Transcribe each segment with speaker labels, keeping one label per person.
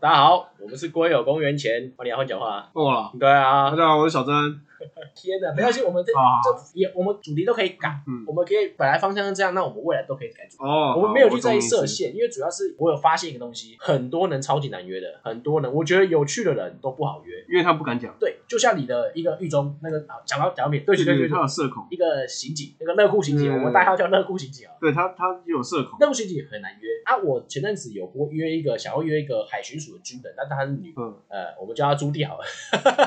Speaker 1: 大家好，我们是龟友公园前，哦，你要换讲话、啊。
Speaker 2: 够了。
Speaker 1: 对
Speaker 2: 大
Speaker 1: 啊，
Speaker 2: 家好，我是小珍。
Speaker 1: 天哪，没关系，我们这
Speaker 2: 啊，
Speaker 1: 这也我们主题都可以改，
Speaker 2: 嗯，
Speaker 1: 我们可以本来方向是这样，那我们未来都可以改主题。
Speaker 2: 哦，
Speaker 1: 我们没有去在
Speaker 2: 在
Speaker 1: 意设限，因为主要是我有发现一个东西，很多人超级难约的，很多人我觉得有趣的人都不好约。
Speaker 2: 因为他不敢讲，
Speaker 1: 对，就像你的一个狱中那个啊，讲到讲到面，对对
Speaker 2: 对
Speaker 1: 对
Speaker 2: 对，
Speaker 1: 对，
Speaker 2: 他有
Speaker 1: 对
Speaker 2: 社恐，
Speaker 1: 一个刑警，那个乐库刑警，
Speaker 2: 嗯
Speaker 1: 我们代号叫乐库刑警啊。
Speaker 2: 对他他有社恐，
Speaker 1: 乐库刑警很难约啊！我前阵子有播约一个，想要约一个海巡署的军人，但她是女，
Speaker 2: 嗯，
Speaker 1: 呃，我们叫她朱棣好了。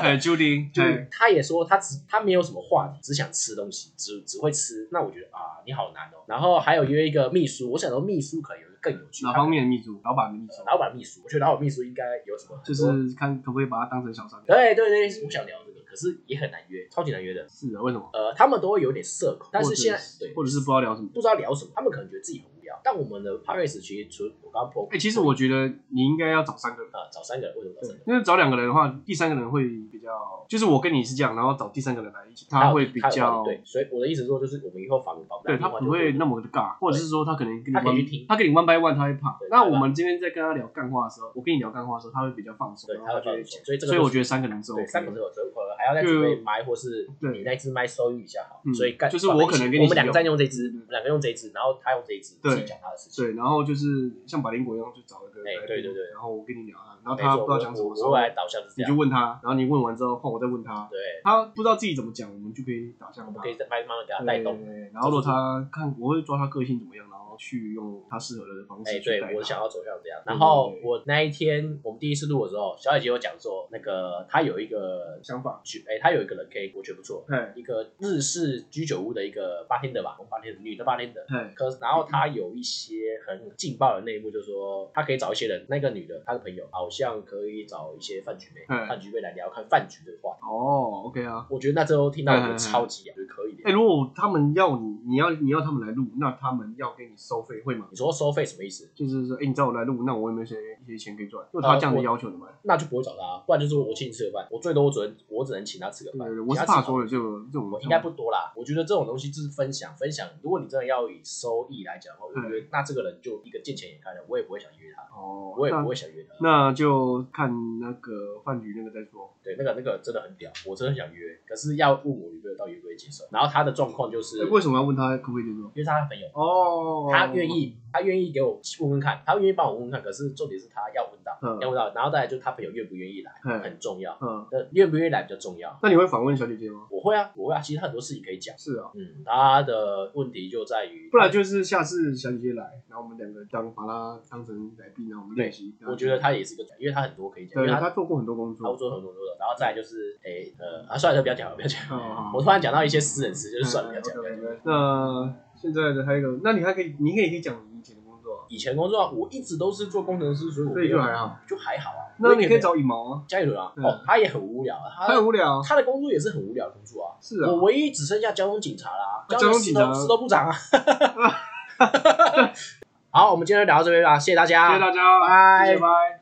Speaker 2: 哎，Judy，
Speaker 1: 就是
Speaker 2: 哎，
Speaker 1: 他也说他只他没有什么话题，只想吃东西，只只会吃。那我觉得啊，你好难哦。然后还有约一个秘书，我想说秘书可能有一个更有趣，
Speaker 2: 哪方面的秘书？老板的秘书
Speaker 1: 他可能？，老板秘书，我觉得老板秘书应该有什么很多
Speaker 2: 就是看可不可以把他当成小三。
Speaker 1: 对对对，我想聊这个，可是也很难约，超级难约的。
Speaker 2: 是啊的，为什么？
Speaker 1: 呃，他们都会有点社恐，但是现在对
Speaker 2: 或者是不知道聊什么。
Speaker 1: 不知道聊什么，他们可能觉得自己很无聊。但我们的 Paris 其实除我刚刚破，
Speaker 2: 哎，其实我觉得你应该要找三个人。
Speaker 1: 啊、找三个人，为什么找三个人？
Speaker 2: 因为找两个人的话，第三个人会比较，就是我跟你是这样，然后找第三个人来一起，他会比
Speaker 1: 有道
Speaker 2: 较
Speaker 1: 理，对，所以我的意思说就是我们以后访访
Speaker 2: 对
Speaker 1: 谈
Speaker 2: 他
Speaker 1: 的话
Speaker 2: 不
Speaker 1: 就
Speaker 2: 会那
Speaker 1: 么
Speaker 2: 么的尬，或者是说他可能跟你
Speaker 1: 他可以
Speaker 2: one-
Speaker 1: 去听
Speaker 2: 他跟你 one by one 他会怕
Speaker 1: 对。
Speaker 2: 那
Speaker 1: 对
Speaker 2: 我们今天在跟他聊干话的时候，我跟你聊干话的时候，他会比较放松，
Speaker 1: 对，
Speaker 2: 然
Speaker 1: 他
Speaker 2: 后
Speaker 1: 会
Speaker 2: 他就
Speaker 1: 放
Speaker 2: 会
Speaker 1: 松，所以这个
Speaker 2: 所以
Speaker 1: 就
Speaker 2: 我
Speaker 1: 是
Speaker 2: 觉得三个人是
Speaker 1: 对，
Speaker 2: OK
Speaker 1: 三个
Speaker 2: 的。
Speaker 1: 之后，所以可能还要再准备麦，或是
Speaker 2: 对
Speaker 1: 你那只麦收音比较好，
Speaker 2: 嗯
Speaker 1: 所以干
Speaker 2: 就是我可能跟你
Speaker 1: 我们两个
Speaker 2: 一起用
Speaker 1: 在用
Speaker 2: 嗯
Speaker 1: 这只，我们两个用这只，然后他用这一只，
Speaker 2: 对
Speaker 1: 自己讲他的事情。
Speaker 2: 对，然后就是像百灵果一样，就找一个
Speaker 1: 哎
Speaker 2: 来
Speaker 1: 对
Speaker 2: 宾
Speaker 1: 对对
Speaker 2: 然后我跟你聊啊，然后
Speaker 1: 没
Speaker 2: 他
Speaker 1: 错，
Speaker 2: 不知道讲什
Speaker 1: 我
Speaker 2: 么时
Speaker 1: 我
Speaker 2: 候
Speaker 1: 未，来导向是这
Speaker 2: 你就
Speaker 1: 样，
Speaker 2: 问他，然后你问完之后，换我再问他，
Speaker 1: 对，
Speaker 2: 他不知道自己怎么讲，我们就可以打向
Speaker 1: 我们
Speaker 2: 他
Speaker 1: 可。以再慢慢慢给他
Speaker 2: 对
Speaker 1: 带动。哎
Speaker 2: 对然后如果他看，我会抓他个性怎么样，然后去用他适合的方
Speaker 1: 哎，
Speaker 2: 式去带
Speaker 1: 对我
Speaker 2: 他。
Speaker 1: 想要走向这样。
Speaker 2: 对
Speaker 1: 然后
Speaker 2: 对对
Speaker 1: 我那一天我们第一次录的时候，小姐姐有讲说，那个她有一个
Speaker 2: 想法，
Speaker 1: 觉，哎，她有一个人可以，我觉得不错，
Speaker 2: 哎
Speaker 1: 一个日式居酒屋的一个八天的吧，我们八天的女的八天的，
Speaker 2: 哎，
Speaker 1: 可是然后他有一些很劲爆的内幕，就是说他可以找一些人，那个女的，她的朋友好像可以找一些饭局妹，
Speaker 2: 嗯
Speaker 1: 饭局妹来聊看饭局的话题。
Speaker 2: 哦，OK 啊，
Speaker 1: 我觉得那时候听到我觉得
Speaker 2: 嗯
Speaker 1: 超级啊，觉得可以
Speaker 2: 哎、
Speaker 1: 的。
Speaker 2: 如果他们要你，你要你要他们来录，那他们要给你收费会吗
Speaker 1: 你？说收费什么意思？
Speaker 2: 就是说，哎、你找我来录，那我有没有些一些钱可以赚？如果他这样
Speaker 1: 呃我
Speaker 2: 子要求的嘛，
Speaker 1: 那就不会找他，不然就是我请你吃个饭，我最多我只能我只能请他吃个
Speaker 2: 对
Speaker 1: 饭
Speaker 2: 对对，。嗯我
Speaker 1: 请
Speaker 2: 是
Speaker 1: 呃他吃
Speaker 2: 怕
Speaker 1: 个
Speaker 2: 说
Speaker 1: 饭
Speaker 2: 了就这种
Speaker 1: 我应该不多啦。我觉得这种东西就是分享分享。如果你真的要以收益来讲的话，我
Speaker 2: 嗯
Speaker 1: 觉得那这个人就一个见钱眼开的，我也不会想约他，
Speaker 2: 哦，
Speaker 1: 我也不
Speaker 2: 那
Speaker 1: 会想约他。
Speaker 2: 那就看那个饭局那个再说。
Speaker 1: 对，那个那个真的很屌，我真的很想约，可是要问我有没有到约不会接受。然后他的状况就是，
Speaker 2: 哎为什么要问他可不可以接受？
Speaker 1: 因为他的朋友，
Speaker 2: 哦，
Speaker 1: 他愿，意，他愿意给我问问看，他愿意帮我问问看，可是重点是他要问到，
Speaker 2: 嗯
Speaker 1: 要问到，然后再来就是他朋友愿不愿意来，
Speaker 2: 嗯
Speaker 1: 很重要，
Speaker 2: 嗯，
Speaker 1: 那愿不愿意来比较重要。
Speaker 2: 那你会访问小姐姐吗？
Speaker 1: 我会啊，我会啊，其实很多事情可以讲。
Speaker 2: 是啊，
Speaker 1: 嗯，他的问题就在于，
Speaker 2: 不然就是下次小姐姐来，然后我们两个当把她当成来宾，然后我们练习。
Speaker 1: 我觉得他也是个，因为他很多可以讲，因
Speaker 2: 对，
Speaker 1: 为他
Speaker 2: 她做过很多工
Speaker 1: 他
Speaker 2: 作，
Speaker 1: 做很多很多的，然后再来就是，哎，呃，啊，算了，不要讲了，不要讲了。
Speaker 2: 哦
Speaker 1: 我突然讲到一些私人词，就是算了，不要讲，不要讲。
Speaker 2: 嗯那现在的还有一个，那你还可以，你可以可以讲你以前的工作啊，
Speaker 1: 以前工作啊我一直都是做工程师，所以我
Speaker 2: 所以就还好。
Speaker 1: 就还好啊。
Speaker 2: 那
Speaker 1: 我也
Speaker 2: 你可以找羽毛啊，
Speaker 1: 加一轮啊，
Speaker 2: 嗯
Speaker 1: 哦，他也很无聊啊，他
Speaker 2: 很无聊啊。
Speaker 1: 他的工作也是很无聊的工作啊。
Speaker 2: 是啊
Speaker 1: 我，唯一只剩下交通警察啦，
Speaker 2: 交通警察
Speaker 1: 司都部长啊。 好，我们今天就聊到这边吧，谢谢大家，
Speaker 2: 谢谢大家，
Speaker 1: 拜
Speaker 2: 谢谢拜。